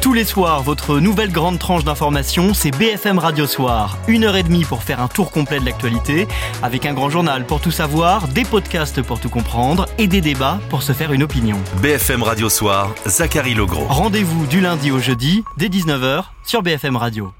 Tous les soirs, votre nouvelle grande tranche d'information, c'est BFM Radio Soir. Une heure et demie pour faire un tour complet de l'actualité, avec un grand journal pour tout savoir, des podcasts pour tout comprendre et des débats pour se faire une opinion. BFM Radio Soir, Zachary Legros. Rendez-vous du lundi au jeudi, dès 19h, sur BFM Radio.